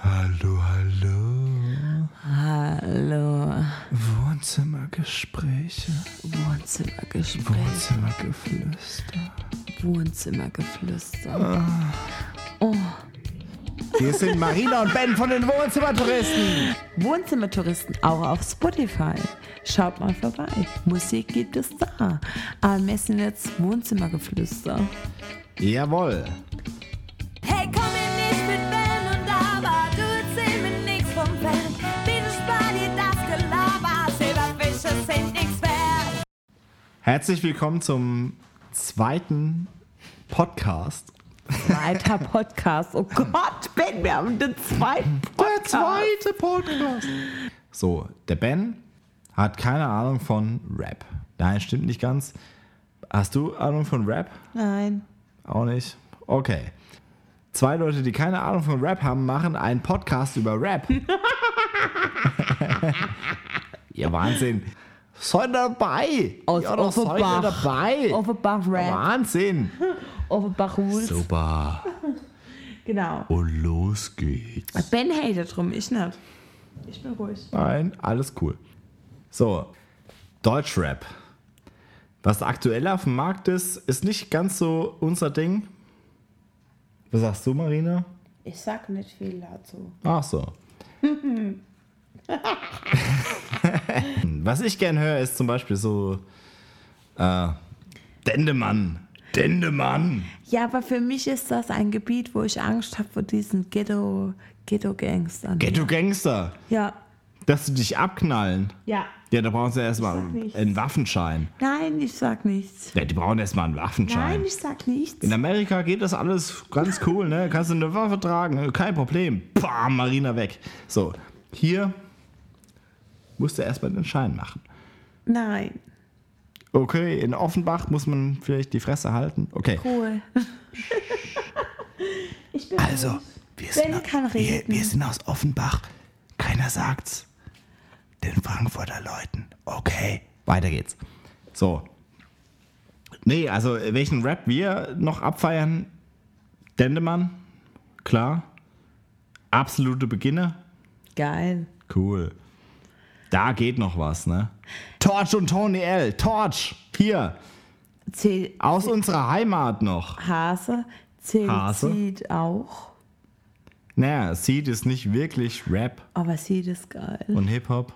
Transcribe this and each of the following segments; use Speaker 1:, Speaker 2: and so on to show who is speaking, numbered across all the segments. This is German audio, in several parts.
Speaker 1: Hallo, hallo.
Speaker 2: Hallo,
Speaker 1: Wohnzimmergespräche.
Speaker 2: Wohnzimmergespräch,
Speaker 1: Wohnzimmergeflüster.
Speaker 2: Wohnzimmergeflüster.
Speaker 1: Hier sind Marina und Ben von den Wohnzimmertouristen.
Speaker 2: Wohnzimmertouristen auch auf Spotify. Schaut mal vorbei. Musik gibt es da. Am besten jetzt Wohnzimmergeflüster.
Speaker 1: Jawohl.
Speaker 3: Hey, komm in nicht mit Ben und aber du erzähl mir nix vom Ben. Bitte spar dir das Gelaber, Silberfische sind nix wert.
Speaker 1: Herzlich willkommen zum zweiten Podcast.
Speaker 2: Weiter Podcast. Oh Gott, Ben, wir haben den zweiten Podcast.
Speaker 1: Podcast. So, der Ben hat keine Ahnung von Rap. Nein, stimmt nicht ganz. Hast du Ahnung von Rap?
Speaker 2: Nein.
Speaker 1: Auch nicht. Okay. Zwei Leute, die keine Ahnung von Rap haben, machen einen Podcast über Rap. Ihr Wahnsinn. Seid dabei.
Speaker 2: Aus
Speaker 1: ja, doch seid ihr
Speaker 2: Offenbach.
Speaker 1: dabei.
Speaker 2: Overbach Rap,
Speaker 1: Wahnsinn.
Speaker 2: Overbach Rules.
Speaker 1: Super.
Speaker 2: Genau.
Speaker 1: Und los geht's.
Speaker 2: Ben hatet drum, ich nicht. Ich bin ruhig.
Speaker 1: Nein, alles cool. So, Deutschrap. Was aktuell auf dem Markt ist, ist nicht ganz so unser Ding. Was sagst du, Marina?
Speaker 2: Ich sag nicht viel dazu.
Speaker 1: Ach so. Was ich gern höre, ist zum Beispiel so äh, Dendemann. Dendemann.
Speaker 2: Ja, aber für mich ist das ein Gebiet, wo ich Angst habe vor diesen Ghetto, Ghetto-Gangstern.
Speaker 1: Ghetto Gangster.
Speaker 2: ja,
Speaker 1: Dass sie dich abknallen.
Speaker 2: ja.
Speaker 1: Ja, da brauchen sie erstmal
Speaker 2: sag nichts.
Speaker 1: einen Waffenschein.
Speaker 2: Nein, ich sag nichts.
Speaker 1: Ja, die brauchen erstmal einen Waffenschein.
Speaker 2: Nein, ich sag nichts.
Speaker 1: In Amerika geht das alles ganz cool, ne? Kannst du eine Waffe tragen, ne? kein Problem. Bam, Marina weg. So, hier musst du erstmal den Schein machen.
Speaker 2: Nein.
Speaker 1: Okay, in Offenbach muss man vielleicht die Fresse halten. Okay.
Speaker 2: Ruhe. ich bin
Speaker 1: Also, wir sind,
Speaker 2: Ben kann
Speaker 1: wir,
Speaker 2: reden.
Speaker 1: wir sind aus Offenbach. Keiner sagt's. Den Frankfurter Leuten. Okay, weiter geht's. So. Nee, also welchen Rap wir noch abfeiern? Dendemann, klar. Absolute Beginner,
Speaker 2: geil.
Speaker 1: Cool. Da geht noch was, ne? Torch und Tony L. Torch, hier,
Speaker 2: C
Speaker 1: aus unserer Heimat noch.
Speaker 2: Hase. C
Speaker 1: Hase.
Speaker 2: sieht auch.
Speaker 1: Naja, Seed ist nicht wirklich Rap
Speaker 2: Aber sieht ist geil.
Speaker 1: und Hip-Hop.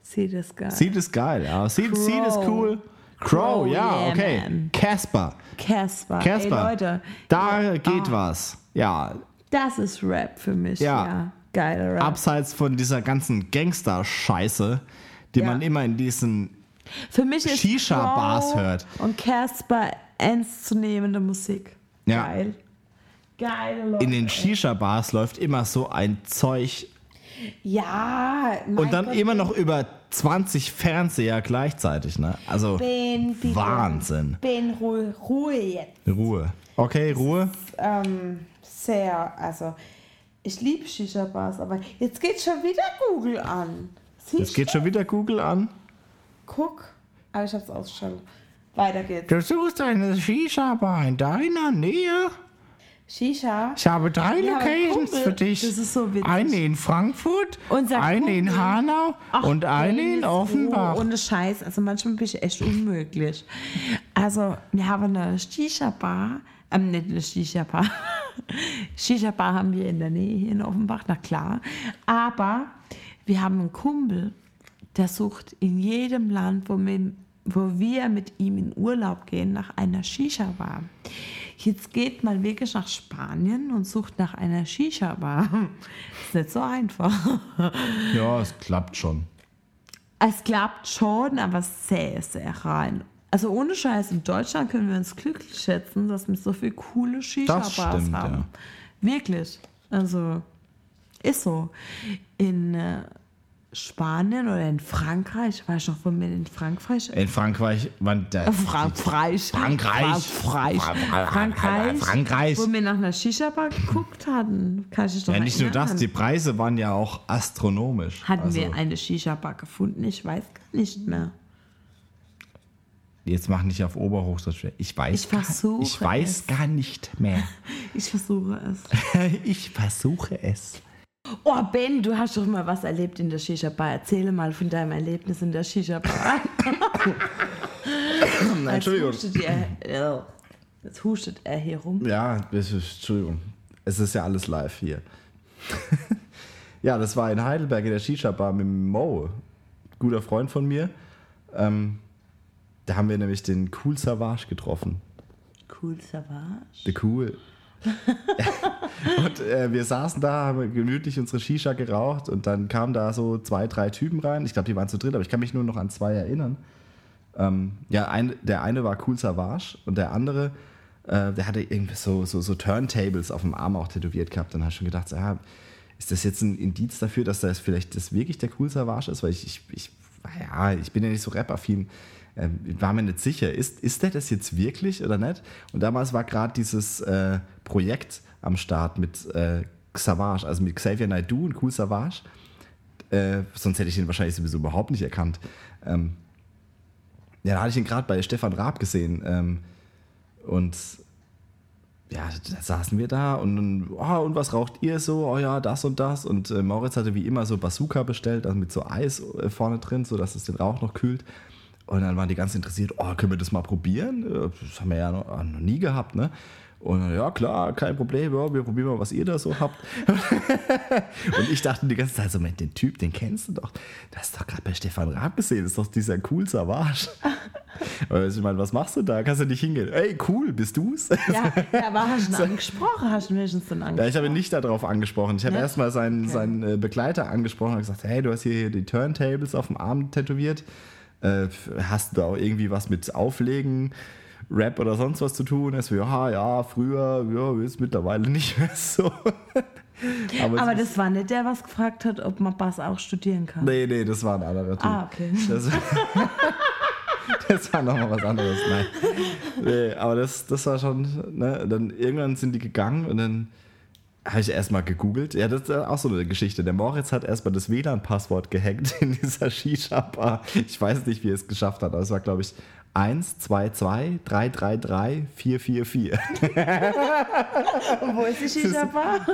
Speaker 2: Sieht ist geil.
Speaker 1: Seed ist geil, ja. Seed,
Speaker 2: Crow.
Speaker 1: Seed ist cool. Crow,
Speaker 2: Crow,
Speaker 1: ja,
Speaker 2: yeah,
Speaker 1: okay.
Speaker 2: man.
Speaker 1: Casper.
Speaker 2: Casper.
Speaker 1: Casper.
Speaker 2: Ey, Leute. Ah.
Speaker 1: Da geht was. Ja,
Speaker 2: Das ist Rap für mich.
Speaker 1: Ja.
Speaker 2: Ja. Geiler Rap.
Speaker 1: abseits von dieser ganzen Gangster-Scheiße, die
Speaker 2: Ja.
Speaker 1: man immer in diesen.
Speaker 2: Für mich ist
Speaker 1: Shisha-Bars
Speaker 2: Crow
Speaker 1: hört.
Speaker 2: Und Casper ernstzunehmende Musik.
Speaker 1: Ja.
Speaker 2: Geil. Geile Leute.
Speaker 1: In den Shisha-Bars läuft immer so ein Zeug.
Speaker 2: ja, mein
Speaker 1: Und dann
Speaker 2: Gott,
Speaker 1: immer noch über 20 Fernseher gleichzeitig, ne? Also
Speaker 2: Ben, bitte.
Speaker 1: Wahnsinn.
Speaker 2: Ben, Ruhe, Ruhe jetzt.
Speaker 1: Ruhe. Okay, Ruhe.
Speaker 2: Ähm, sehr, also, ich liebe Shisha-Bars, aber jetzt geht schon wieder Google an.
Speaker 1: Jetzt
Speaker 2: Siehst du?
Speaker 1: geht schon wieder Google an.
Speaker 2: Guck. Aber ich hab's ausgeschaltet. Weiter geht's.
Speaker 1: Du suchst eine Shisha-Bar in deiner Nähe.
Speaker 2: Shisha.
Speaker 1: Ich habe drei
Speaker 2: Ja,
Speaker 1: Locations
Speaker 2: Kumpel,
Speaker 1: für dich.
Speaker 2: das ist so witzig.
Speaker 1: Eine in Frankfurt,
Speaker 2: Unser
Speaker 1: eine in
Speaker 2: Kumpel.
Speaker 1: Hanau und eine in Offenbach.
Speaker 2: Ohne Scheiß. Also manchmal bin ich echt unmöglich. Also wir haben eine Shisha-Bar. Ähm, nicht eine Shisha-Bar. Shisha-Bar haben wir in der Nähe hier in Offenbach, na klar. Aber wir haben einen Kumpel, der sucht in jedem Land, wo wir, wo wir mit ihm in Urlaub gehen, nach einer Shisha-Bar. Jetzt geht man wirklich nach Spanien und sucht nach einer Shisha-Bar. Ist nicht so einfach.
Speaker 1: ja, es klappt schon.
Speaker 2: Es klappt schon, aber sehr, sehr rein. Also ohne Scheiß, in Deutschland können wir uns glücklich schätzen, dass wir so viele coole
Speaker 1: Das
Speaker 2: Shisha-Bars haben.
Speaker 1: stimmt, ja.
Speaker 2: Wirklich. Also ist so. In äh, Spanien oder in Frankreich, weiß ich noch, wo wir in Frankreich...
Speaker 1: In Frankreich, wann der
Speaker 2: Frankreich.
Speaker 1: Frankreich.
Speaker 2: Frankreich.
Speaker 1: Fra-
Speaker 2: Frankreich.
Speaker 1: Frankreich.
Speaker 2: Wo wir nach einer Shisha-Bar geguckt hatten. Kann ich dich noch
Speaker 1: ja, nicht nur das,
Speaker 2: erinnern.
Speaker 1: die Preise waren ja auch astronomisch.
Speaker 2: Hatten
Speaker 1: also,
Speaker 2: wir eine Shisha-Bar gefunden? Ich weiß gar nicht mehr.
Speaker 1: jetzt mach nicht auf Oberhochdeutsch. Ich weiß,
Speaker 2: Ich
Speaker 1: gar-
Speaker 2: versuche
Speaker 1: ich weiß
Speaker 2: es.
Speaker 1: gar nicht mehr.
Speaker 2: Ich versuche es.
Speaker 1: ich versuche es.
Speaker 2: Oh, Ben, du hast doch mal was erlebt in der Shisha-Bar. Erzähle mal von deinem Erlebnis in der Shisha-Bar.
Speaker 1: Nein, Entschuldigung.
Speaker 2: Jetzt hustet er, jetzt hustet er hier rum.
Speaker 1: Ja, das ist- Entschuldigung. Es ist ja alles live hier. ja, das war in Heidelberg in der Shisha-Bar mit dem Mo, guter Freund von mir. Ähm, da haben wir nämlich den Cool Savage getroffen.
Speaker 2: Cool Savage.
Speaker 1: The Cool. und äh, wir saßen da, haben gemütlich unsere Shisha geraucht und dann kamen da so zwei, drei Typen rein. Ich glaube, die waren zu dritt, aber ich kann mich nur noch an zwei erinnern. Ähm, ja, ein, der eine war Cool Savage und der andere, äh, der hatte irgendwie so, so, so Turntables auf dem Arm auch tätowiert gehabt. Dann habe ich schon gedacht, so, ah, ist das jetzt ein Indiz dafür, dass das vielleicht das wirklich der Cool Savage ist? Weil ich, ich, ich ja, ich bin ja nicht so rap-affin. Ähm, war mir nicht sicher, ist, ist der das jetzt wirklich oder nicht? Und damals war gerade dieses äh, Projekt am Start mit äh, Savage, also mit Xavier Naidoo und Cool Savage. Äh, sonst hätte ich ihn wahrscheinlich sowieso überhaupt nicht erkannt. Ähm, ja, da hatte ich ihn gerade bei Stefan Raab gesehen. Ähm, und ja, da saßen wir da und, dann, oh, und was raucht ihr so? Oh ja, das und das. Und äh, Moritz hatte wie immer so Bazooka bestellt, also mit so Eis äh, vorne drin, sodass es den Rauch noch kühlt. Und dann waren die ganz interessiert, oh, können wir das mal probieren? Äh, Das haben wir ja noch, noch nie gehabt, ne? Und dann, ja, klar, kein Problem, ja, wir probieren mal, was ihr da so habt. Und ich dachte die ganze Zeit so, Mensch, den Typ, den kennst du doch. Das ist doch gerade bei Stefan Raab gesehen. Das ist doch dieser cool Savage. Aber ich meine, was machst du da? Kannst du nicht hingehen? Ey, cool, bist du's?
Speaker 2: Ja, ja, aber hast du ihn angesprochen? Hast du ihn wenigstens dann
Speaker 1: Ja,
Speaker 2: angesprochen?
Speaker 1: ich habe ihn nicht darauf angesprochen. Ich habe
Speaker 2: Ne?
Speaker 1: erstmal seinen,
Speaker 2: Okay.
Speaker 1: seinen äh, Begleiter angesprochen und gesagt, hey, du hast hier, hier die Turntables auf dem Arm tätowiert. Äh, f- hast du da auch irgendwie was mit Auflegen, Rap oder sonst was zu tun? Er so, ja, ja, früher, ja, ist mittlerweile nicht mehr so. Aber,
Speaker 2: aber das war nicht der, was gefragt hat, ob man Bass auch studieren kann.
Speaker 1: Nee, nee, das war ein anderer Typ.
Speaker 2: Ah, okay.
Speaker 1: Das, das war nochmal was anderes. Nein. Nee, aber das, das war schon. Ne? Dann irgendwann sind die gegangen und dann habe ich erstmal gegoogelt. Ja, das ist auch so eine Geschichte. Der Moritz hat erstmal das WLAN-Passwort gehackt in dieser Shisha-Bar. Ich weiß nicht, wie er es geschafft hat, aber es war, glaube ich, 1, 2, 2, 3, 3, 3, 4, 4, 4.
Speaker 2: Wo ist die Shisha-Bar?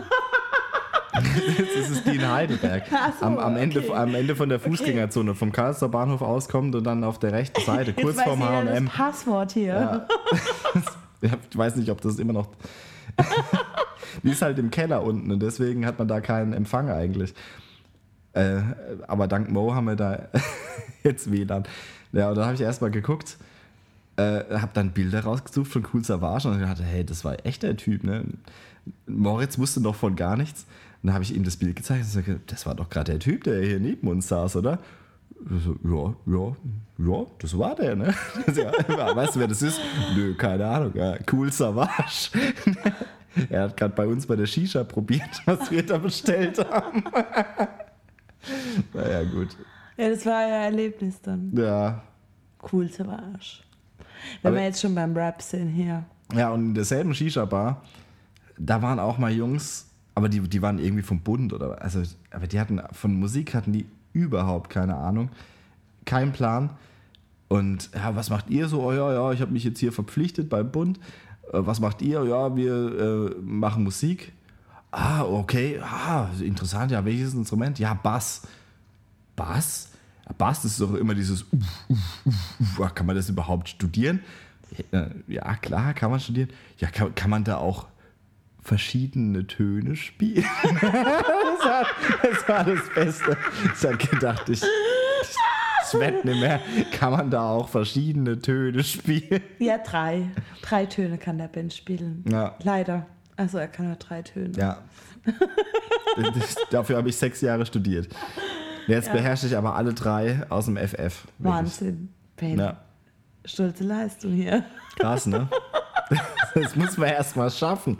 Speaker 1: Das ist die in Heidelberg.
Speaker 2: so,
Speaker 1: am, am, Ende,
Speaker 2: okay.
Speaker 1: am Ende von der Fußgängerzone, vom Karlsruher Bahnhof auskommt und dann auf der rechten Seite, kurz vorm
Speaker 2: jeder
Speaker 1: HM.
Speaker 2: das Passwort hier.
Speaker 1: Ich hab- ich weiß nicht, ob das immer noch. die ist halt im Keller unten und deswegen hat man da keinen Empfang eigentlich. Äh, aber dank Mo haben wir da jetzt WLAN. Ja, und da habe ich erstmal geguckt, äh, habe dann Bilder rausgesucht von Cool Savage und dachte, hey, das war echt der Typ, ne? Moritz wusste noch von gar nichts. Und dann habe ich ihm das Bild gezeigt und sagte, das war doch gerade der Typ, der hier neben uns saß, oder? Und So, ja, ja, ja, das war der, ne? Also, ja, weißt du, wer das ist? Nö, keine Ahnung. Ja, cool Savage. er hat gerade bei uns bei der Shisha probiert, was wir da bestellt haben. naja, gut.
Speaker 2: Ja, das war ja Erlebnis dann.
Speaker 1: Ja,
Speaker 2: Cool Savage. Wenn
Speaker 1: Aber-
Speaker 2: wir jetzt schon beim Rap sind hier.
Speaker 1: Ja, und in derselben Shisha-Bar, da waren auch mal Jungs, aber die, die waren irgendwie vom Bund oder also, aber die hatten von Musik hatten die überhaupt keine Ahnung, keinen Plan. Und ja, was macht ihr so? Oh ja, ja, ich habe mich jetzt hier verpflichtet beim Bund. Äh, Was macht ihr? Ja, wir äh, machen Musik. Ah, okay. Ah, interessant. Ja, welches Instrument? Ja, Bass. Bass? Bass das ist doch immer dieses uff, uff, uff, uff. Ah, Kann man das überhaupt studieren? Äh, Ja, klar, kann man studieren. Ja, kann, kann man da auch verschiedene Töne spielen? das, war, das war das Beste. Ich habe gedacht, ich, ich wette nicht mehr. Kann man da auch verschiedene Töne spielen?
Speaker 2: Ja, drei. Drei Töne kann der Ben spielen.
Speaker 1: Ja.
Speaker 2: Leider. Also er kann nur drei Töne.
Speaker 1: Ja. Dafür habe ich sechs Jahre studiert. Jetzt beherrsche ich aber alle drei aus dem FF. Wirklich.
Speaker 2: Wahnsinn. Ben.
Speaker 1: Ja.
Speaker 2: Stolze Leistung hier.
Speaker 1: Krass, ne? Das muss man erstmal schaffen.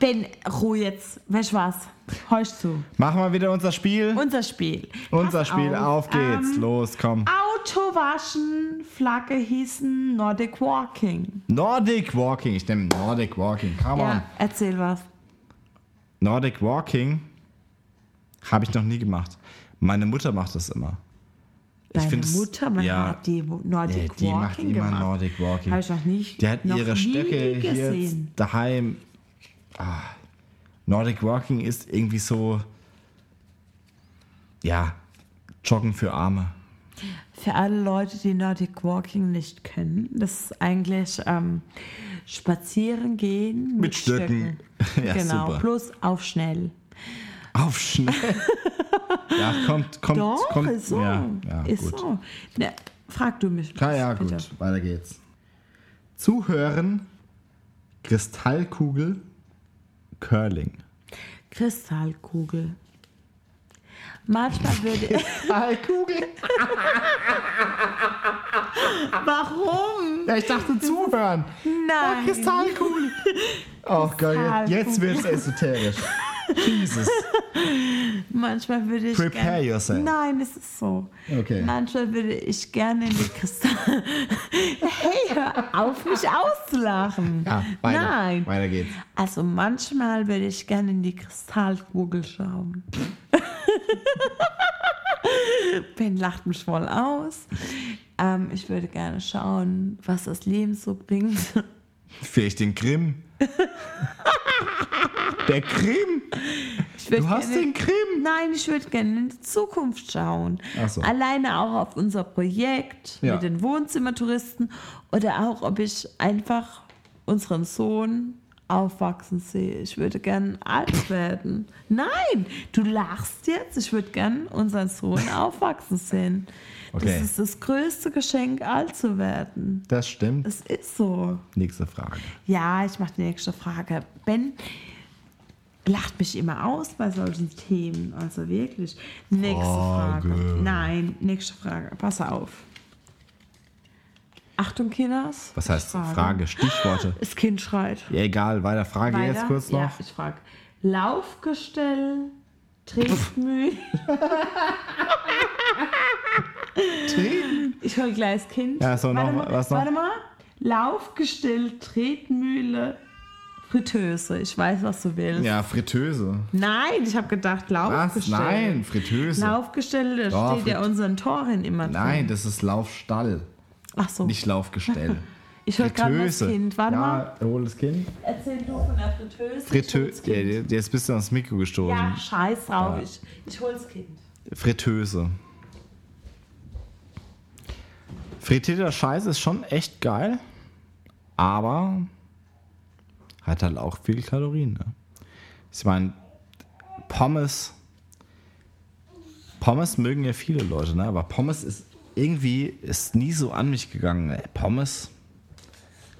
Speaker 2: Ben, Ruhe jetzt. Weißt du was? Heusch zu.
Speaker 1: Machen wir wieder unser Spiel.
Speaker 2: Unser Spiel.
Speaker 1: unser
Speaker 2: Pass
Speaker 1: Spiel, auf, geht's.
Speaker 2: Ähm,
Speaker 1: Los, komm.
Speaker 2: Autowaschen, Flagge hießen Nordic Walking.
Speaker 1: Nordic Walking. Ich nehme Nordic Walking. Come on.
Speaker 2: Ja, erzähl was.
Speaker 1: Nordic Walking habe ich noch nie gemacht. Meine Mutter macht das immer.
Speaker 2: Deine
Speaker 1: find es-
Speaker 2: Mutter man
Speaker 1: ja.
Speaker 2: hat die Nordic
Speaker 1: Nee,
Speaker 2: Walking
Speaker 1: die macht immer
Speaker 2: gemacht.
Speaker 1: Nordic Walking.
Speaker 2: Habe ich noch nicht.
Speaker 1: Die hat
Speaker 2: noch
Speaker 1: ihre
Speaker 2: nie
Speaker 1: Stöcke hier
Speaker 2: gesehen.
Speaker 1: daheim. Ah. Nordic Walking ist irgendwie so, ja, Joggen für Arme.
Speaker 2: Für alle Leute, die Nordic Walking nicht kennen, das ist eigentlich ähm, spazieren gehen mit,
Speaker 1: Stöcken. Ja,
Speaker 2: genau,
Speaker 1: super.
Speaker 2: bloß auf schnell.
Speaker 1: Auf schnell. ja, kommt, kommt,
Speaker 2: Doch,
Speaker 1: kommt.
Speaker 2: ist so.
Speaker 1: Ja, ja,
Speaker 2: ist
Speaker 1: gut.
Speaker 2: so. Ne, frag du mich.
Speaker 1: Ja, ja, gut.
Speaker 2: bitte.
Speaker 1: Weiter geht's. Zuhören, Kristallkugel, Curling.
Speaker 2: Kristallkugel. Manchmal würde ich.
Speaker 1: Kristallkugel?
Speaker 2: Warum?
Speaker 1: Ja, ich dachte zuhören.
Speaker 2: Nein.
Speaker 1: Kristallkugel. Oh Gott, jetzt wird's esoterisch. Jesus.
Speaker 2: Manchmal würde ich.
Speaker 1: Prepare
Speaker 2: gern-
Speaker 1: yourself.
Speaker 2: Nein, es ist so.
Speaker 1: Okay.
Speaker 2: Manchmal würde ich gerne in die Kristall. hey, hör auf, mich auszulachen.
Speaker 1: Ja, weiter.
Speaker 2: Nein.
Speaker 1: Weiter geht's.
Speaker 2: Also manchmal würde ich gerne in die Kristallkugel schauen. Ben lacht mich voll aus. Ähm, ich würde gerne schauen, was das Leben so bringt.
Speaker 1: Vielleicht den Grimm. Der Grimm?
Speaker 2: Ich würd
Speaker 1: Du hast
Speaker 2: gerne-
Speaker 1: den Grimm?
Speaker 2: Nein, ich würde gerne in die Zukunft schauen.
Speaker 1: Ach so.
Speaker 2: Alleine auch auf unser Projekt
Speaker 1: Ja.
Speaker 2: mit den Wohnzimmertouristen oder auch, ob ich einfach unseren Sohn aufwachsen sehe. Ich würde gern alt werden. Nein, du lachst jetzt. Ich würde gern unseren Sohn aufwachsen sehen.
Speaker 1: Okay.
Speaker 2: Das ist das größte Geschenk, alt zu werden.
Speaker 1: Das stimmt.
Speaker 2: Es ist so.
Speaker 1: Nächste Frage.
Speaker 2: Ja, ich mache die nächste Frage. Ben lacht mich immer aus bei solchen Themen. Also wirklich. Nächste Frage.
Speaker 1: Frage.
Speaker 2: Nein, nächste Frage. Pass auf. Achtung, Kinders.
Speaker 1: Was heißt Frage, Stichworte?
Speaker 2: Das Kind schreit.
Speaker 1: Ja, egal, weiter Frage
Speaker 2: Weiter?
Speaker 1: jetzt kurz
Speaker 2: Ja,
Speaker 1: noch.
Speaker 2: ich frage. Laufgestell, Tretmühl. Ich hol gleich das Kind.
Speaker 1: Ja, so,
Speaker 2: warte
Speaker 1: noch-
Speaker 2: mal,
Speaker 1: was noch?
Speaker 2: Warte mal. Laufgestell, Tretmühle, Fritteuse. Ich weiß, was du willst.
Speaker 1: Ja, Fritteuse.
Speaker 2: Nein, ich habe gedacht,
Speaker 1: Was?
Speaker 2: Laufgestell.
Speaker 1: Nein, Fritteuse.
Speaker 2: Laufgestell, da
Speaker 1: Ja,
Speaker 2: steht ja
Speaker 1: Fritt-
Speaker 2: unseren Torin immer drin.
Speaker 1: Nein, das ist Laufstall,
Speaker 2: Ach so.
Speaker 1: nicht Laufgestell.
Speaker 2: ich höre gerade mal das Kind. Warte
Speaker 1: ja,
Speaker 2: mal.
Speaker 1: hol das Kind.
Speaker 2: Erzähl du von der Fritteuse. ich hol das
Speaker 1: Fritteuse.
Speaker 2: Kind.
Speaker 1: Ja, jetzt bist du ans Mikro gestoßen.
Speaker 2: Ja, scheiß drauf. Ich, ich hol das Kind.
Speaker 1: Fritteuse. Frittierter Scheiß ist schon echt geil, aber hat halt auch viel Kalorien. Ne? Ich meine, Pommes. Pommes mögen ja viele Leute, ne? aber Pommes ist irgendwie ist nie so an mich gegangen. Ne? Pommes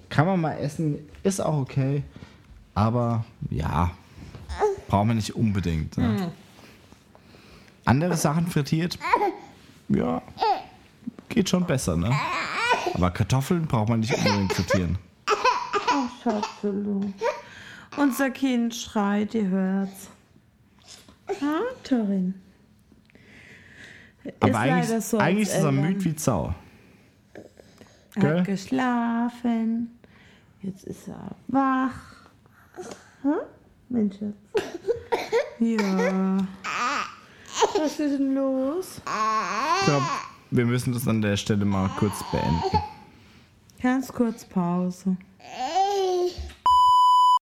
Speaker 1: kann man mal essen, ist auch okay, aber ja, braucht man nicht unbedingt. Ne? Andere Sachen frittiert, ja, geht schon besser, ne? Aber Kartoffeln braucht man nicht unbedingt frittieren.
Speaker 2: Unser Kind schreit, ihr hört's. Ja, Torin.
Speaker 1: Aber
Speaker 2: Ist leider
Speaker 1: eigentlich,
Speaker 2: so als ähm,
Speaker 1: eigentlich ist er
Speaker 2: Eltern.
Speaker 1: müde wie Sau. Gell?
Speaker 2: Hat geschlafen. Jetzt ist er wach. Hä? Mensch. Schatz. Ja. Was ist denn los?
Speaker 1: Ich glaube, wir müssen das an der Stelle mal kurz beenden.
Speaker 2: Ganz kurz Pause.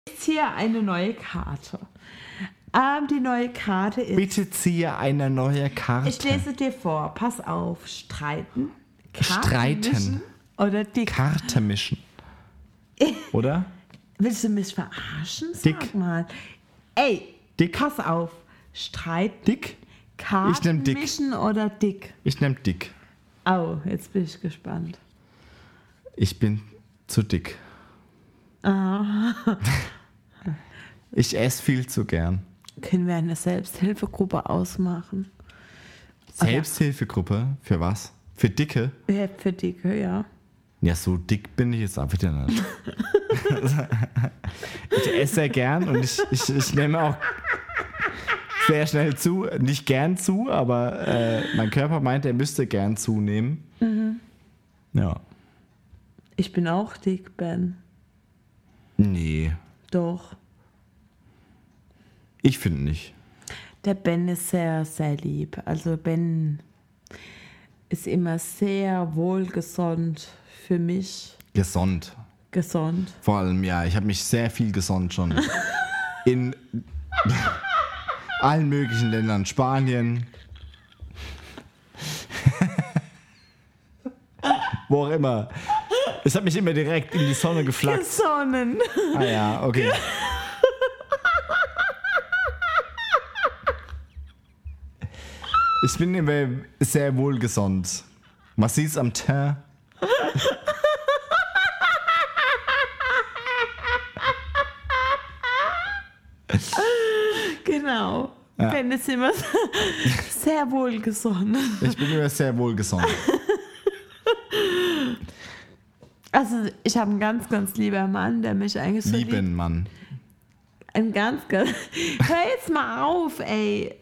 Speaker 2: Jetzt hier eine neue Karte. Ähm, die neue Karte ist.
Speaker 1: Bitte ziehe eine neue Karte.
Speaker 2: Ich lese dir vor. Pass auf. Streiten. Karten
Speaker 1: Streiten.
Speaker 2: mischen Oder die
Speaker 1: Karte mischen. Oder?
Speaker 2: Willst du mich verarschen? Sag
Speaker 1: Dick.
Speaker 2: mal. Ey,
Speaker 1: Dick.
Speaker 2: pass auf. Streiten,
Speaker 1: Dick?
Speaker 2: Karten
Speaker 1: Ich nehm dick.
Speaker 2: mischen oder dick?
Speaker 1: Ich nehme dick.
Speaker 2: Au, jetzt bin ich gespannt.
Speaker 1: Ich bin zu dick.
Speaker 2: Ah.
Speaker 1: ich esse viel zu gern.
Speaker 2: Können wir eine Selbsthilfegruppe ausmachen?
Speaker 1: Selbsthilfegruppe für was? Für Dicke?
Speaker 2: Ja, Für Dicke, ja.
Speaker 1: Ja, so dick bin ich jetzt auch wieder nicht. ich esse sehr gern und ich, ich, ich nehme auch sehr schnell zu. Nicht gern zu, aber äh, mein Körper meint, er müsste gern zunehmen. Ja.
Speaker 2: Ich bin auch dick, Ben.
Speaker 1: Nee,
Speaker 2: Doch.
Speaker 1: ich finde nicht.
Speaker 2: Der Ben ist sehr, sehr lieb. Also Ben ist immer sehr wohlgesund für mich.
Speaker 1: Gesund.
Speaker 2: Gesund.
Speaker 1: Vor allem, ja, ich habe mich sehr viel gesund schon. In Allen möglichen Ländern. Spanien. Wo auch immer. Es hat mich immer direkt in die Sonne geflaxt.
Speaker 2: Sonnen.
Speaker 1: Ah ja, okay. Ich bin immer sehr wohlgesonnen. Man sieht es am Teint.
Speaker 2: Genau. Wenn es immer sehr wohlgesonnen.
Speaker 1: Ich bin immer sehr wohlgesonnen.
Speaker 2: Also ich habe einen ganz, ganz lieber Mann, der mich eigentlich so liebt.
Speaker 1: Lieben Mann.
Speaker 2: Ein ganz, ganz. Hör jetzt mal auf, ey.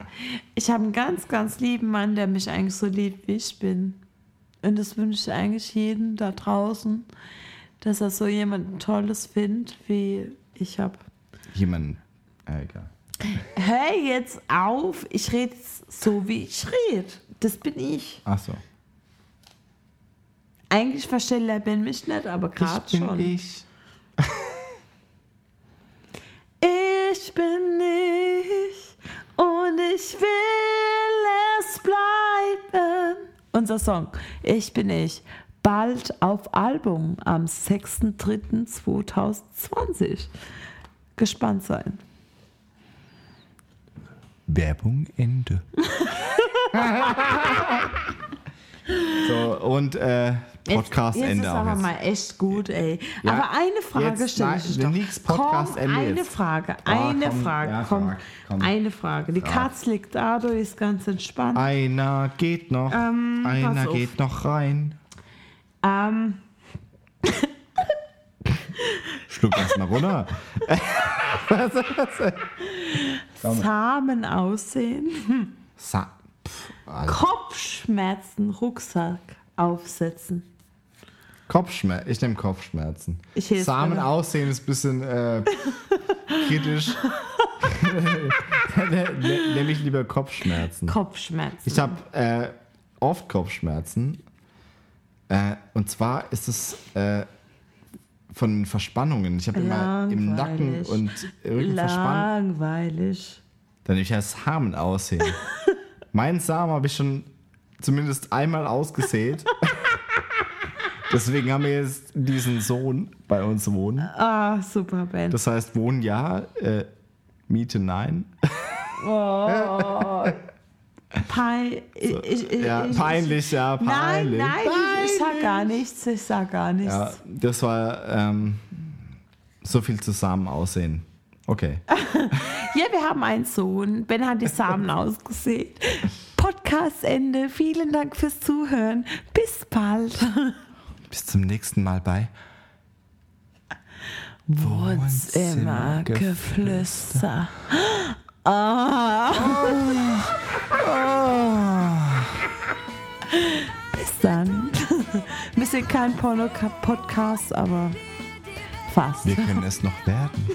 Speaker 2: Ich habe einen ganz, ganz lieben Mann, der mich eigentlich so liebt, wie ich bin. Und das wünsche ich eigentlich jedem da draußen, dass er so jemanden Tolles findet, wie ich habe.
Speaker 1: Jemand. Ah, egal.
Speaker 2: Hör jetzt auf, ich rede so, wie ich rede. Das bin ich.
Speaker 1: Ach so.
Speaker 2: Eigentlich verstelle er bin mich nicht, aber gerade
Speaker 1: Ich bin
Speaker 2: schon.
Speaker 1: ich.
Speaker 2: Ich bin ich und ich will es bleiben. Unser Song Ich bin ich. Bald auf Album am 6.3.2020. Gespannt sein.
Speaker 1: Werbung Ende. so, und äh, Podcast
Speaker 2: jetzt, jetzt
Speaker 1: Ende
Speaker 2: ist
Speaker 1: auch
Speaker 2: aber
Speaker 1: jetzt.
Speaker 2: mal echt gut, ey.
Speaker 1: Ja,
Speaker 2: aber eine Frage
Speaker 1: jetzt,
Speaker 2: stelle
Speaker 1: nein,
Speaker 2: ich
Speaker 1: wenn
Speaker 2: doch.
Speaker 1: nix Podcast
Speaker 2: komm,
Speaker 1: Ende
Speaker 2: eine
Speaker 1: ist.
Speaker 2: Frage,
Speaker 1: Ah,
Speaker 2: eine
Speaker 1: komm,
Speaker 2: Frage,
Speaker 1: ja,
Speaker 2: komm,
Speaker 1: frag, komm.
Speaker 2: eine Frage. Die
Speaker 1: Frag.
Speaker 2: Katz liegt da, du ist ganz entspannt.
Speaker 1: Einer geht noch.
Speaker 2: Ähm, pass
Speaker 1: einer
Speaker 2: auf.
Speaker 1: geht noch rein. Ah,
Speaker 2: Ähm,
Speaker 1: Schluck erstmal runter.
Speaker 2: Samen aussehen.
Speaker 1: Sa Pff, Alter.
Speaker 2: Kopfschmerzen, Rucksack aufsetzen.
Speaker 1: Kopfschmerzen. Ich nehme Kopfschmerzen.
Speaker 2: Ich hilf's
Speaker 1: Samen
Speaker 2: mir.
Speaker 1: aussehen ist ein bisschen äh, kritisch. Nehme ich lieber Kopfschmerzen.
Speaker 2: Kopfschmerzen.
Speaker 1: Ich habe äh, oft Kopfschmerzen. Äh, und zwar ist es äh, von Verspannungen. Ich habe immer im Nacken
Speaker 2: Langweilig.
Speaker 1: und Rücken verspannt.
Speaker 2: Langweilig.
Speaker 1: Dann ich ja Samen aussehen. mein Samen habe ich schon zumindest einmal ausgesät. Deswegen haben wir jetzt diesen Sohn bei uns wohnen.
Speaker 2: Ah, super, Ben.
Speaker 1: Das heißt, wohnen ja, äh, Miete nein.
Speaker 2: Pein ich, ich,
Speaker 1: Ja,
Speaker 2: ich,
Speaker 1: peinlich, ja,
Speaker 2: Nein,
Speaker 1: peinlich.
Speaker 2: nein, ich, ich sag gar nichts. Ich sag gar nichts.
Speaker 1: Ja, das war ähm, so viel zusammen aussehen. Okay.
Speaker 2: Ja, wir haben einen Sohn. Ben hat die Samen ausgesät. Podcast-Ende. Vielen Dank fürs Zuhören. Bis bald.
Speaker 1: Bis zum nächsten Mal bei.
Speaker 2: Wurz immer Geflüster.
Speaker 1: Ah.
Speaker 2: Bis dann. Wir sind kein Porno-Podcast, aber fast.
Speaker 1: Wir können es noch werden.